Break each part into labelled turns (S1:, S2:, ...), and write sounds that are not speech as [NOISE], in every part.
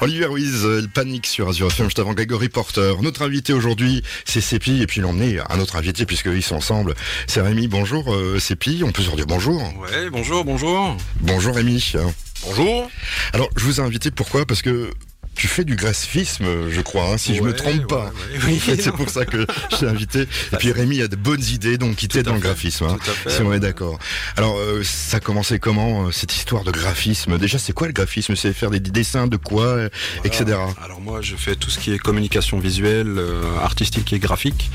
S1: Olivier Ruiz, euh, il panique sur Azure FM, juste avant Grégory Porter. Notre invité aujourd'hui, c'est Sépi, et puis l'emmener un autre invité, puisqu'ils sont ensemble. C'est Rémi, bonjour euh, Sépi, on peut se dire bonjour.
S2: Ouais, bonjour, bonjour.
S1: Bonjour Rémi.
S2: Bonjour.
S1: Alors, je vous ai invité, pourquoi Parce que tu fais du graphisme, je crois, hein, si je me
S2: Ouais,
S1: trompe pas.
S2: ouais, ouais, oui,
S1: En fait, c'est
S2: non.
S1: pour ça que je t'ai invité. Et puis Rémi a de bonnes idées, donc il t'aide
S2: à
S1: dans le
S2: fait,
S1: graphisme, hein,
S2: tout à fait,
S1: si on est
S2: ouais.
S1: d'accord. Alors, euh, ça a commencé comment, euh, cette histoire de graphisme Déjà, c'est quoi le graphisme C'est faire des dessins de quoi, euh, etc.
S2: Alors moi, je fais tout ce qui est communication visuelle, euh, artistique et graphique.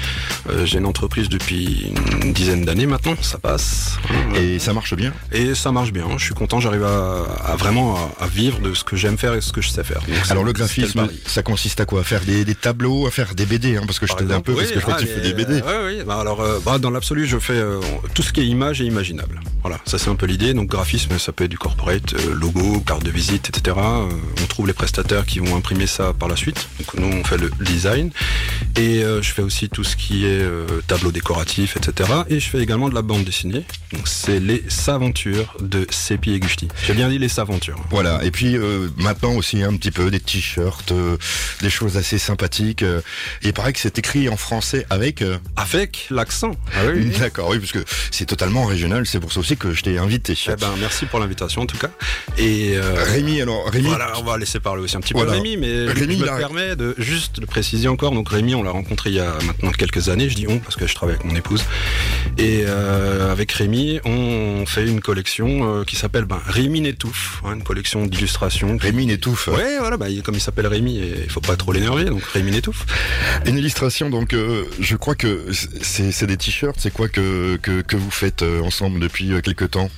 S2: Euh, J'ai une entreprise depuis une dizaine d'années maintenant, ça passe.
S1: Et ça marche bien
S2: Et ça marche bien, je suis content, j'arrive à, à vraiment à, à vivre de ce que j'aime faire et ce que je sais faire. Donc, c'est-
S1: Alors le
S2: c'est
S1: graphisme,
S2: pari.
S1: ça consiste à quoi À faire des, des tableaux, à faire des BD, hein, parce que je
S2: Par
S1: te dis un
S2: exemple,
S1: peu, parce
S2: oui,
S1: que je crois
S2: ah,
S1: que tu fais
S2: mais,
S1: des BD.
S2: euh, ouais, oui, bah alors euh, bah, dans l'absolu, je fais euh, tout ce qui est image et imaginable. Voilà, ça c'est un peu l'idée. Donc graphisme, ça peut être du corporate, euh, logo, carte de visite, etc. Euh, on trouve les prestataires qui vont imprimer ça par la suite. Donc nous, on fait le design. Et euh, je fais aussi tout ce qui est euh, tableau décoratif, etc. Et je fais également de la bande dessinée. Donc c'est les Saventures de Sepi et Gusti. J'ai bien dit les Saventures.
S1: Voilà, et puis euh, maintenant aussi un petit peu des t-shirts, euh, des choses assez sympathiques. euh, et il paraît que c'est écrit en français avec... euh,
S2: Avec l'accent. Ah
S1: [LAUGHS] D'accord, oui, parce que c'est totalement régional, c'est pour ça aussi que je t'ai invité.
S2: Eh ben, merci pour l'invitation en tout cas. Et euh,
S1: Rémi, alors, Rémi,
S2: Voilà, on va laisser parler aussi un petit peu
S1: Voilà.
S2: Rémi, mais je-
S1: Rémi,
S2: je
S1: il a-
S2: me permets de juste de préciser encore. Donc Rémi, on l'a rencontré il y a maintenant quelques années, je dis on parce que je travaille avec mon épouse. Et euh, avec Rémi, on fait une collection euh, qui s'appelle ben, Rémi Nétouffe, hein, une collection d'illustrations.
S1: Rémi n'étouffe.
S2: Ouais, voilà, bah, il- comme il s'appelle Rémi, et il faut pas trop l'énerver, donc Rémi Nétouffe.
S1: Une illustration, donc, euh, je crois que c'est c'est des t-shirts, c'est quoi que, que, que vous faites euh, ensemble depuis euh, quelques temps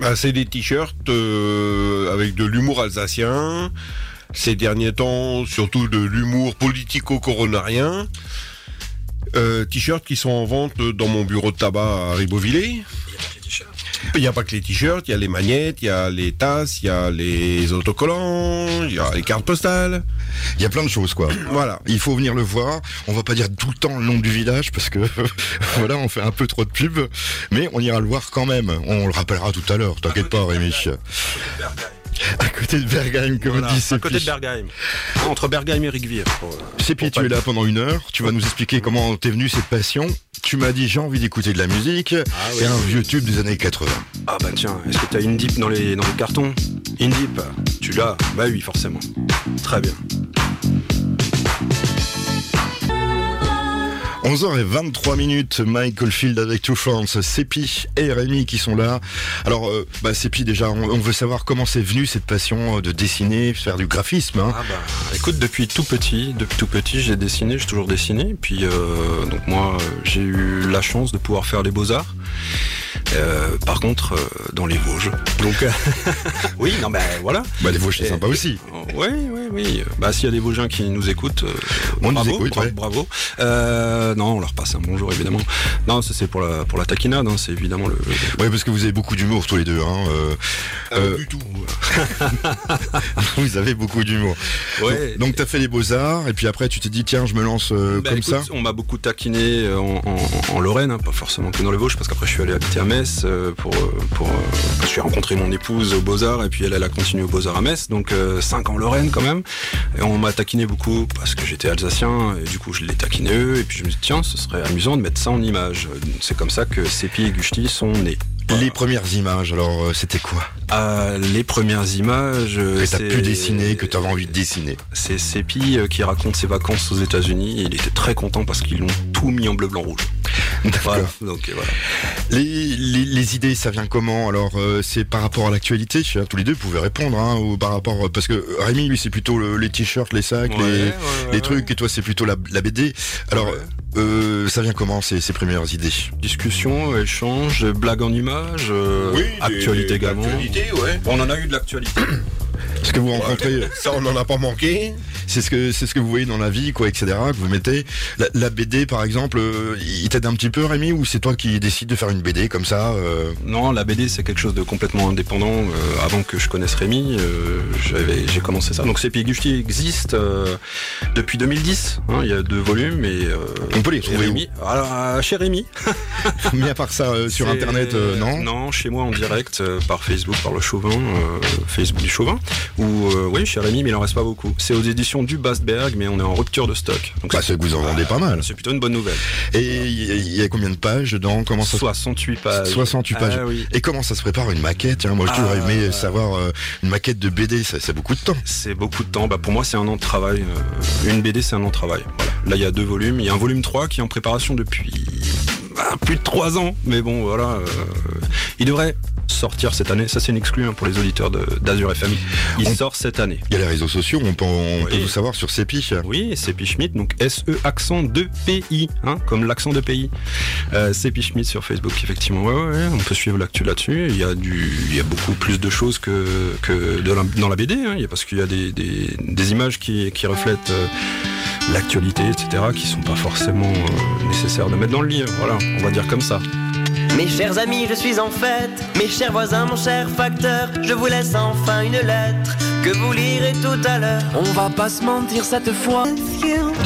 S3: Bah, c'est des t-shirts euh, avec de l'humour alsacien. Ces derniers temps, surtout de l'humour politico-coronarien. Euh, t-shirts qui sont en vente dans mon bureau de tabac à Ribovillé. Il n'y a pas que les t-shirts, il y a les magnettes, il y a les tasses, il y a les autocollants, il y a les cartes postales.
S1: Il y a plein de choses, quoi.
S3: Voilà.
S1: Il faut venir le voir. On va pas dire tout le temps le nom du village parce que [LAUGHS] voilà, on fait un peu trop de pub, mais on ira le voir quand même. On le rappellera tout à l'heure. T'inquiète pas, Rémi. À côté de Bergheim, comme
S2: Voilà,
S1: dit
S2: à côté de
S1: Sépi.
S2: Bergheim. Ah, Entre Bergheim et Oh, Rigvier.
S1: Sépi, tu es là pendant une heure. Tu vas nous expliquer comment t'es venu cette passion. Tu m'as dit j'ai envie d'écouter de la musique
S2: Ah oui.
S1: et un vieux tube des années 80.
S2: Ah bah tiens, est-ce que t'as une dip dans les, dans les cartons Une dip Tu l'as Bah oui, forcément. Très bien.
S1: 11h23 minutes, Michael Field avec Two France, Sépi et Rémi qui sont là. Alors, euh, bah, Sépi, déjà, on, on veut savoir comment c'est venu cette passion euh, de dessiner, faire du graphisme. hein.
S2: Ah bah écoute depuis tout petit, depuis tout petit j'ai dessiné, j'ai toujours dessiné. Puis euh, donc moi euh, j'ai eu la chance de pouvoir faire les beaux-arts. Euh, par contre euh, dans les Vosges. Donc euh, [LAUGHS] oui non bah voilà.
S1: Bah, les Vosges, c'est
S2: Et-
S1: sympa aussi.
S2: Oui oui oui. Bah s'il y a des Vosgiens qui nous écoutent, euh,
S1: On nous
S2: bravo,
S1: écoute,
S2: bra-
S1: ouais.
S2: bravo. Euh, non on leur passe un bonjour évidemment. Non ça c'est pour la pour la taquinade, hein, c'est évidemment le.
S1: Oui, parce que vous avez beaucoup d'humour tous les deux. Hein. euh,
S2: Ah,
S1: euh,
S3: du tout.
S1: [LAUGHS] vous avez beaucoup d'humour.
S2: Ouais.
S1: Donc, tu as fait les beaux-arts, et puis après, tu t'es dit, tiens, je me lance euh,
S2: Bah,
S1: comme
S2: écoute,
S1: ça.
S2: On m'a beaucoup taquiné euh, en, en- en Lorraine, hein, pas forcément que dans les Vosges, parce qu'après je suis allé habiter à Metz euh, pour, euh, pour euh, parce que j'ai rencontré mon épouse aux Beaux-Arts et puis elle, elle a continué aux Beaux-Arts à Metz, donc 5 ans en Lorraine quand même. Et on m'a taquiné beaucoup parce que j'étais alsacien et du coup je l'ai taquiné eux et puis je me suis dit tiens ce serait amusant de mettre ça en image. C'est comme ça que Sépi et Gusti sont nés. Voilà.
S1: Les premières images, alors, euh, c'était quoi
S2: Euh, les premières images euh,
S1: Que t'as
S2: c'est-
S1: pu dessiner, que t'avais envie de dessiner.
S2: c'est Sépi euh, qui raconte ses vacances aux États-Unis et il était très content parce qu'ils l'ont tout mis en bleu, blanc, rouge.
S1: [LAUGHS]
S2: Voilà. Donc euh, voilà.
S1: Les, les, les idées, ça vient comment Alors, euh, c'est par rapport à l'actualité. hein, Tous les deux, vous pouvez répondre, hein, ou par rapport parce que Rémi, lui, c'est plutôt le- les t-shirts, les sacs,
S2: Ouais,
S1: les,
S2: ouais,
S1: les
S2: ouais.
S1: trucs, et toi, c'est plutôt la, la BD. Alors,
S2: Ouais.
S1: euh, ça vient comment ces, ces premières idées
S2: Discussion, échange, blague en images, euh, actualité également.
S3: Actualité, ouais.
S2: On en a eu de l'actualité.
S1: Ce que vous rencontrez,
S3: Ça, on n'en a pas manqué.
S1: c'est ce que c'est ce que vous voyez dans la vie, quoi, etc. Que vous mettez la, la BD, par exemple, euh, il t'aide un petit peu, Rémi, ou c'est toi qui décides de faire une BD comme ça euh,
S2: [COUGHS] non, la BD c'est quelque chose de complètement indépendant. Euh, avant que je connaisse Rémi, euh, j'avais- j'ai commencé ça. Donc Sépi et Gusti existe euh, depuis 2010. hein, il y a deux volumes et. euh,
S1: On peut les
S2: et
S1: trouver où
S2: Rémi- Alors, euh, chez Rémi,
S1: [LAUGHS] Mais à part ça, euh, sur
S2: C'est-
S1: Internet, euh, non
S2: Non, chez moi en direct, euh, par Facebook, par le Chauvin, euh, Facebook du Chauvin, où, euh, oui, cher ami, mais il en reste pas beaucoup. C'est aux éditions du Bastberg, mais on est en rupture de stock. Donc
S1: Bah,
S2: c'est-
S1: c'est que vous en vendez pas mal.
S2: c'est plutôt une bonne nouvelle.
S1: Et il y a- il y a combien de pages dedans Comment ça se
S2: 68 pages.
S1: 68 pages.
S2: Ah oui.
S1: Et comment ça se prépare une maquette hein Moi, j'ai toujours
S2: Ah.
S1: aimé savoir euh, une maquette de BD, ça, c'est beaucoup de temps.
S2: C'est beaucoup de temps. Bah, pour moi, c'est un an de travail. Euh, Une BD, c'est un an de travail. Voilà. Là, il y a deux volumes. Il y a un volume 3 qui est en préparation depuis bah, plus de trois ans. Mais bon, voilà. euh, il devrait sortir cette année. Ça, c'est une exclue hein, pour les auditeurs de- d'Azur FM. Il
S1: On-
S2: sort cette année.
S1: Il y a les réseaux sociaux, on peut, on
S2: Oui.
S1: peut vous savoir sur Cepi.
S2: Oui, et c'est Schmidt, donc SE accent de pays, hein, comme l'accent de pays. Euh, c'est Schmidt sur Facebook, effectivement. Ouais, ouais, ouais, on peut suivre l'actu là-dessus. Il y a du, il y a beaucoup plus de choses que, que de la- dans la BD, hein. Il y a- parce qu'il y a des, des- des images qui, qui reflètent euh, l'actualité, etc., qui sont pas forcément euh, nécessaires de mettre dans le livre. Voilà, on va dire comme ça.
S4: Mes chers amis, je suis en fête. Mes chers voisins, mon cher facteur, je vous laisse enfin une lettre que vous lirez tout à l'heure.
S5: On va pas se mentir cette fois.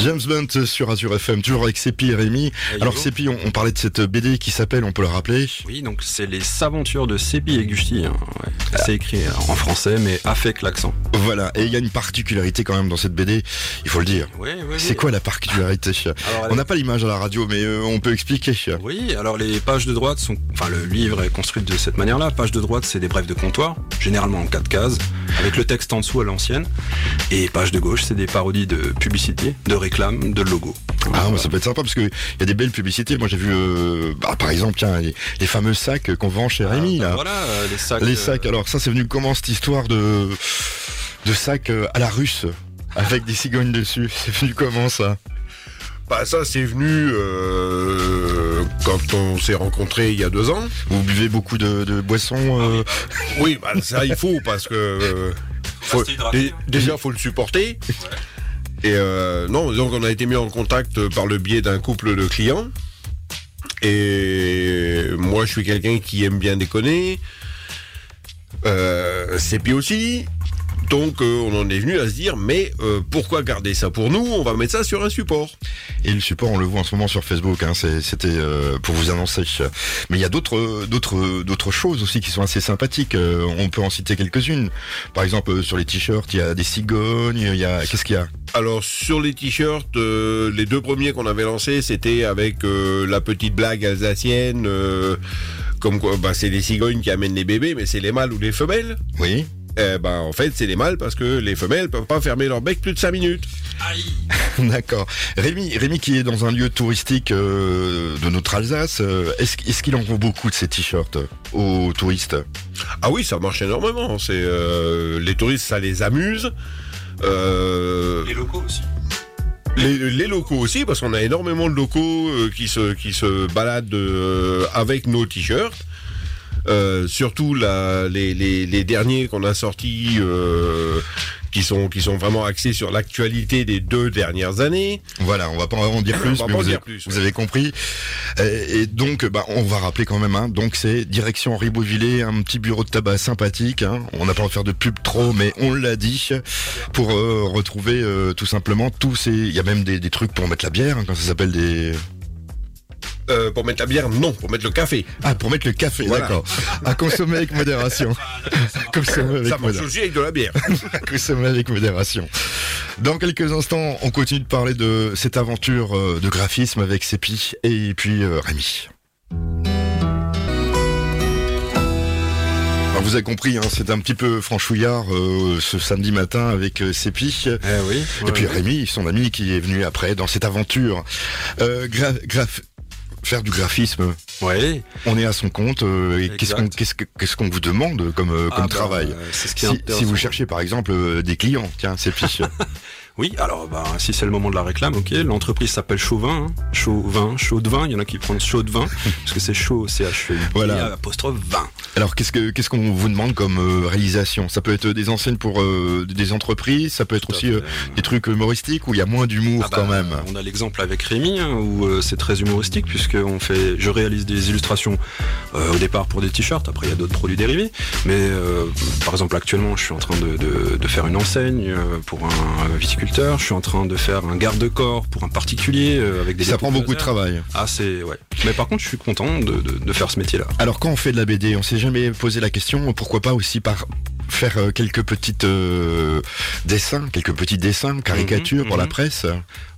S1: James Blunt sur Azure FM, toujours avec Cepi et Rémi. Alors
S2: Yo.
S1: Cepi, on, on parlait de cette BD qui s'appelle, on peut le rappeler.
S2: Oui, donc c'est les aventures de Sépi et Gusti. hein, ouais. C'est écrit hein, en français, mais avec l'accent.
S1: Voilà, et il y a une particularité quand même dans cette BD, il faut le dire.
S2: Oui, oui, Ah,
S1: C'est quoi la particularité On n'a pas l'image à la radio, mais euh, on peut expliquer.
S2: Oui, alors les pages de droite sont. Enfin, le livre est construit de cette manière-là. Page de droite, c'est des brèves de comptoir, généralement en quatre cases, avec le texte en dessous à l'ancienne. Et page de gauche, c'est des parodies de publicité, de réclame, de logo.
S1: Ah, bah, ça peut être sympa parce qu'il y a des belles publicités. Moi j'ai vu, euh, bah, par exemple, tiens, les, les fameux sacs qu'on vend
S2: Ah,
S1: chez Rémi là.
S2: Voilà, euh, les sacs.
S1: Les
S2: euh,
S1: sacs, alors ça c'est venu comment cette histoire de, de sacs euh, à la russe avec des cigognes dessus C'est venu comment ça
S3: Bah ça c'est venu euh, quand on s'est rencontrés il y a deux ans.
S1: Vous buvez beaucoup de, de
S2: Ah,
S1: boissons euh,
S3: Oui, bah ça il faut parce que euh, faut-
S2: Rester hydraté,
S3: dé-
S2: hein.
S3: déjà faut le supporter. Et euh, non, donc on a été mis en contact par le biais d'un couple de clients. Et moi je suis quelqu'un qui aime bien déconner. Euh, Sépi aussi. Donc euh, on en est venu à se dire mais euh, pourquoi garder ça pour nous On va mettre ça sur un support.
S1: Et le support, on le voit en ce moment sur Facebook, hein, c'est- c'était euh, pour vous annoncer. Mais il y a d'autres d'autres d'autres choses aussi qui sont assez sympathiques. Euh, on peut en citer quelques-unes. Par exemple, euh, sur les t-shirts, il y a des cigognes, il y a qu'est-ce qu'il y a
S3: Alors sur les t-shirts, euh, les deux premiers qu'on avait lancés, c'était avec euh, la petite blague alsacienne, euh, comme quoi bah, c'est les cigognes qui amènent les bébés, mais c'est les mâles ou les femelles.
S1: Oui. [LAUGHS]
S3: Eh ben en fait c'est les mâles parce que les femelles peuvent pas fermer leur bec plus de 5 minutes.
S1: D'accord. Rémi, Rémi qui est dans un lieu touristique euh, de notre Alsace, euh, est-ce est-ce qu'il en vend beaucoup de ces t-shirts aux touristes
S3: Ah oui ça marche énormément, c'est euh, les touristes ça les amuse. Euh,
S2: Les locaux aussi.
S3: les, les locaux aussi parce qu'on a énormément de locaux euh, qui se qui se baladent euh, avec nos t-shirts. Euh, surtout la- les, les- les derniers qu'on a sortis euh, qui sont qui sont vraiment axés sur l'actualité des deux dernières années.
S1: Voilà, on va pas en dire plus,
S3: On va
S1: mais
S3: pas en
S1: vous,
S3: dire
S1: avez,
S3: plus,
S1: vous
S3: ouais.
S1: avez compris. Et, et donc, bah, on va rappeler quand même. Hein, donc, c'est direction Ribeauvillé, un petit bureau de tabac sympathique. Hein, on n'a pas en faire de pub trop, mais on l'a dit pour euh, retrouver euh, tout simplement tous ces. Il y a même des, des trucs pour mettre la bière, hein, quand ça s'appelle des.
S3: Euh, pour mettre la bière, non, pour mettre le café.
S1: Ah, pour mettre le café.
S3: Voilà.
S1: D'accord. À consommer avec
S3: [LAUGHS]
S1: modération. consommer
S3: Ça
S1: avec
S3: marche
S1: modération.
S3: aussi avec de la bière.
S1: consommer avec modération. Dans quelques instants, on continue de parler de cette aventure euh, de graphisme avec Sepi et puis euh, Rémi. Alors, vous avez compris, hein, c'est un petit peu franchouillard euh, ce samedi matin avec euh, Sepi.
S2: Eh oui.
S1: Et
S2: ouais,
S1: puis
S2: ouais.
S1: Rémi, son ami qui est venu après dans cette aventure. Euh, gra- graph- faire du graphisme,
S2: Ouais.
S1: on est à son compte. euh, et qu'est-ce
S2: Exact.
S1: qu'on qu'est-ce que- qu'est-ce qu'on vous demande comme, euh,
S2: Ah,
S1: comme
S2: bah,
S1: travail
S2: euh, C'est ce qui
S1: si,
S2: est
S1: si
S2: intéressant.
S1: vous cherchez par exemple euh, des clients, tiens, c'est
S2: [LAUGHS]
S1: fiche.
S2: Oui, alors bah, si c'est le moment de la réclame, ok. L'entreprise s'appelle Chauvin, hein. Chauvin, Chaudvin. Il y en a qui prennent Chaudvin [LAUGHS] parce que c'est chaud, C H E U.
S1: Voilà.
S2: Apostrophe 20.
S1: Alors qu'est-ce que qu'est-ce qu'on vous demande comme euh, réalisation Ça peut être des enseignes pour euh, des entreprises, ça peut être aussi euh, des trucs humoristiques où il y a moins d'humour
S2: Ah bah,
S1: quand même.
S2: On a l'exemple avec Rémi hein, où euh, c'est très humoristique puisque on fait, je réalise des illustrations euh, au départ pour des t-shirts. Après il y a d'autres produits dérivés, mais euh, par exemple actuellement je suis en train de, de- de faire une enseigne euh, pour un viticulteur. Je suis en train de faire un garde-corps pour un particulier euh, avec des.
S1: Ça prend
S2: découpes
S1: beaucoup de
S2: laser.
S1: travail.
S2: Ah c'est ouais. Mais par contre je suis content de- de- de faire ce métier-là.
S1: Alors quand on fait de la BD, on s'est jamais posé la question pourquoi pas aussi par faire euh, quelques petites euh, dessins, quelques petits dessins, caricatures pour la
S2: mhm.
S1: presse.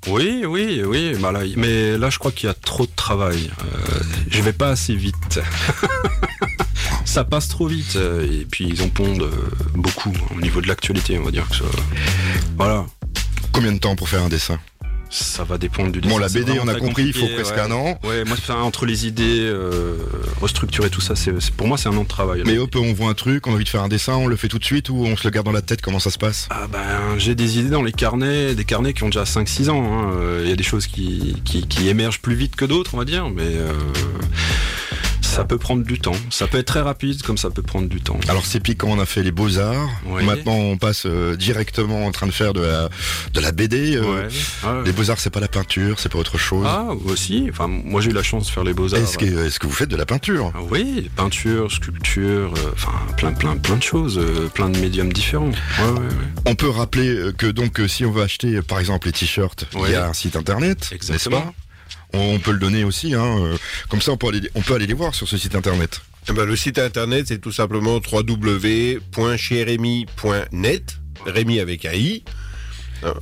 S2: Oui, oui, oui. bah là, mais là, je crois qu'il y a trop de travail. Euh, je vais pas assez vite. [LAUGHS] Ça passe trop vite. euh, Et puis, ils en pondent euh, beaucoup au niveau de l'actualité, on va dire. que ça- Voilà.
S1: Combien de temps pour faire un dessin
S2: Ça va dépendre du
S1: Bon, la
S2: dessin, c'est
S1: BD, on
S2: vraiment
S1: a
S2: très
S1: compris, il faut
S2: compliqué,
S1: presque
S2: ouais.
S1: un an.
S2: Ouais, moi, c'est un- entre les idées, euh, restructurer tout ça, c'est c'est- pour moi, c'est un an de travail. là.
S1: Mais hop, on voit un truc, on a envie de faire un dessin, on le fait tout de suite ou on se le garde dans la tête, comment ça se passe
S2: Ah ben, j'ai des idées dans les carnets, des carnets qui ont déjà 5-6 ans. hein. Euh, Il y a des choses qui, qui, qui émergent plus vite que d'autres, on va dire, mais euh, ça peut prendre du temps. Ça peut être très rapide, comme ça peut prendre du temps.
S1: Alors c'est piquant, on a fait les beaux-arts.
S2: Oui.
S1: Maintenant, on passe euh, directement en train de faire de la, de la BD. euh.
S2: Ouais. Ah,
S1: Les beaux-arts, c'est pas la peinture, c'est pas autre chose.
S2: ah, aussi. Enfin, moi, j'ai eu la chance de faire les beaux-arts.
S1: Est-ce que, est-ce que vous faites de la peinture
S2: Ah Oui, peinture, sculpture, euh, enfin plein plein plein de choses, euh, plein de médiums différents. Ouais, ouais, ouais.
S1: On peut rappeler euh, que donc euh, si on veut acheter euh, par exemple les t-shirts, il y
S2: Ouais.
S1: a un site internet, n'est-ce
S2: Exactement.
S1: pas on on peut le donner aussi, hein, euh, comme ça on peut, aller, on peut aller les voir sur ce site internet.
S3: Eh ben, le site internet, c'est tout simplement www.cheremy.net, Rémi avec AI.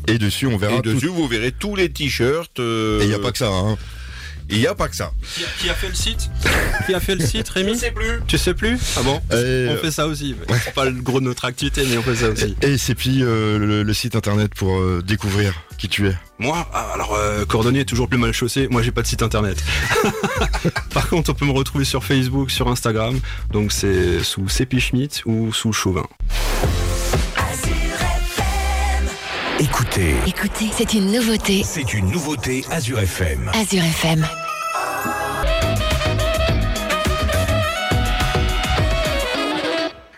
S1: Et dessus on verra
S3: Et
S1: tout-
S3: dessus, vous verrez tous les t-shirts. euh,
S1: Et il n'y a pas que ça. Hein.
S3: Il n'y a pas que ça.
S2: Qui, a, fait le site Qui a fait le site, Rémi Je sais plus. Tu sais plus Ah bon
S1: Et,
S2: On fait ça aussi. C'est pas le gros de notre activité, mais on fait ça aussi.
S1: et c'est puis euh, le, le site internet pour euh, découvrir qui tu es.
S2: Moi, ah, alors, euh, cordonnier toujours plus mal chaussé. Moi, j'ai pas de site internet. [LAUGHS] Par contre, on peut me retrouver sur Facebook, sur Instagram. Donc, c'est sous Cépi Schmitt ou sous Chauvin.
S6: Écoutez,
S7: Écoutez, c'est une nouveauté
S6: c'est une nouveauté Azure FM.
S7: Azure FM.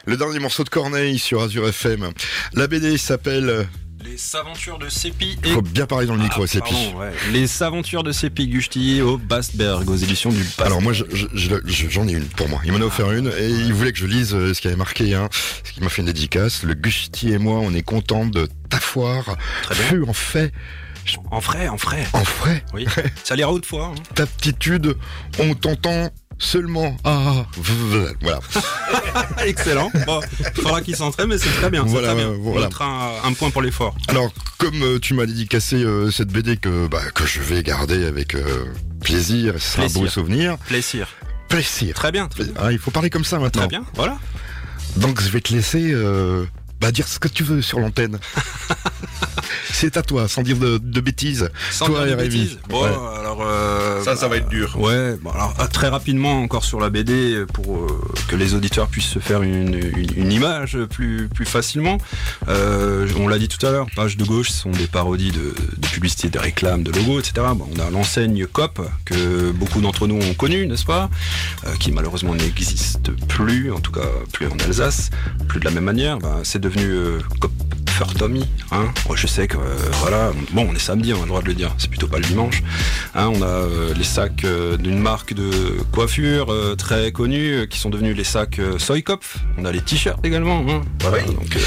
S1: Le dernier morceau de Corneille sur Azure FM. La BD s'appelle. euh,
S2: Les aventures de Cépi et.
S1: Faut bien parler dans le micro,
S2: Ah,
S1: c'est pire.
S2: pardon, ouais. Les aventures de Cépi Gustillier au Bastberg, aux éditions du Bastberg.
S1: Alors moi, je- je- je- je- j'en ai une pour moi. Il m'en a offert une et il voulait que je lise euh, ce qui avait marqué, hein, ce qui m'a fait une dédicace. Le Guchetier et moi, on est contents de ta foire.
S2: Très bien.
S1: Fut en fait,
S2: En frais, en frais.
S1: en vrai,
S2: Oui. ça l'ira autrefois. Hein.
S1: t'aptitude, on t'entend seulement. Ah, v- voilà.
S2: Ah, Excellent. Bon, faudra qu'il s'entraîne, mais c'est très bien. c'est
S1: Voilà,
S2: très bien.
S1: ouais, voilà.
S2: On notera un, un point pour l'effort.
S1: Alors, comme euh, tu m'as dédicacé euh, cette BD que bah, que je vais garder avec euh, plaisir, c'est un beau
S2: Plaisir.
S1: souvenir.
S2: Plaisir.
S1: Plaisir.
S2: Très bien, très bien.
S1: Ah, il faut parler comme ça maintenant.
S2: Très bien, voilà.
S1: Donc je vais te laisser euh, bah, dire ce que tu veux sur l'antenne.
S2: [LAUGHS]
S1: C'est à toi, sans dire de, de bêtises.
S2: Sans
S1: Toi,
S2: dire de
S1: Rémi.
S2: bêtises. Bon,
S1: Ouais.
S2: alors. euh,
S3: Ça, ça va être dur.
S2: Ouais, bon, alors ah, très rapidement encore sur la BD euh, pour euh, que les auditeurs puissent se faire une, une- une image plus, plus facilement. Euh, on l'a dit tout à l'heure, page de gauche ce sont des parodies de, de publicités, de réclames, de logos, etc. Bon, on a l'enseigne COP que beaucoup d'entre nous ont connue, n'est-ce pas Euh, Qui malheureusement n'existe plus, en tout cas plus en Alsace, plus de la même manière. Ben, c'est devenu euh, COP. Fertomi, hein. Moi, je sais que euh, voilà, bon, on est samedi, on a le droit de le dire. C'est plutôt pas le dimanche. Hein, on a euh, les sacs euh, d'une marque de coiffure euh, très connue euh, qui sont devenus les sacs euh, Soykopf. On a les t-shirts également. hein. Voilà, donc, euh,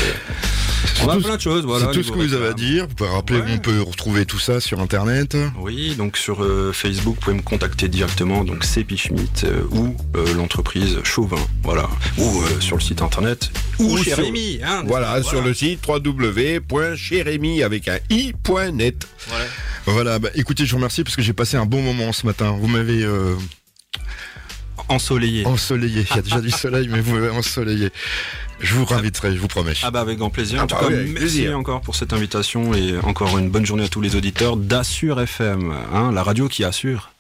S2: on a
S1: tout ce-
S2: plein de choses. Voilà,
S1: C'est tout ce que
S2: niveau
S1: vous avez à
S2: réclame.
S1: dire. Vous pouvez rappeler,
S2: Ouais.
S1: on peut retrouver tout ça sur Internet.
S2: Oui, donc sur euh, Facebook, vous pouvez me contacter directement, donc Cépi Schmitt euh, ou euh, l'entreprise Chauvin, voilà, ou euh, sur le site internet, ou,
S3: Ou
S2: chez
S3: sur-
S2: Rémi, hein,
S3: Voilà, sur le site www.cheremy avec un i.net.
S1: Voilà, bah, écoutez, je vous remercie parce que j'ai passé un bon moment ce matin. Vous m'avez euh,
S2: ensoleillé.
S1: ensoleillé. Il y a déjà du soleil, mais vous m'avez ensoleillé. Je vous réinviterai, je vous promets.
S2: Ah bah avec grand plaisir.
S3: Ah
S2: en tout
S3: bah
S2: cas,
S3: oui, avec
S2: merci
S3: plaisir.
S2: encore pour cette invitation et encore une bonne journée à tous les auditeurs d'Assure FM, hein, la radio qui assure.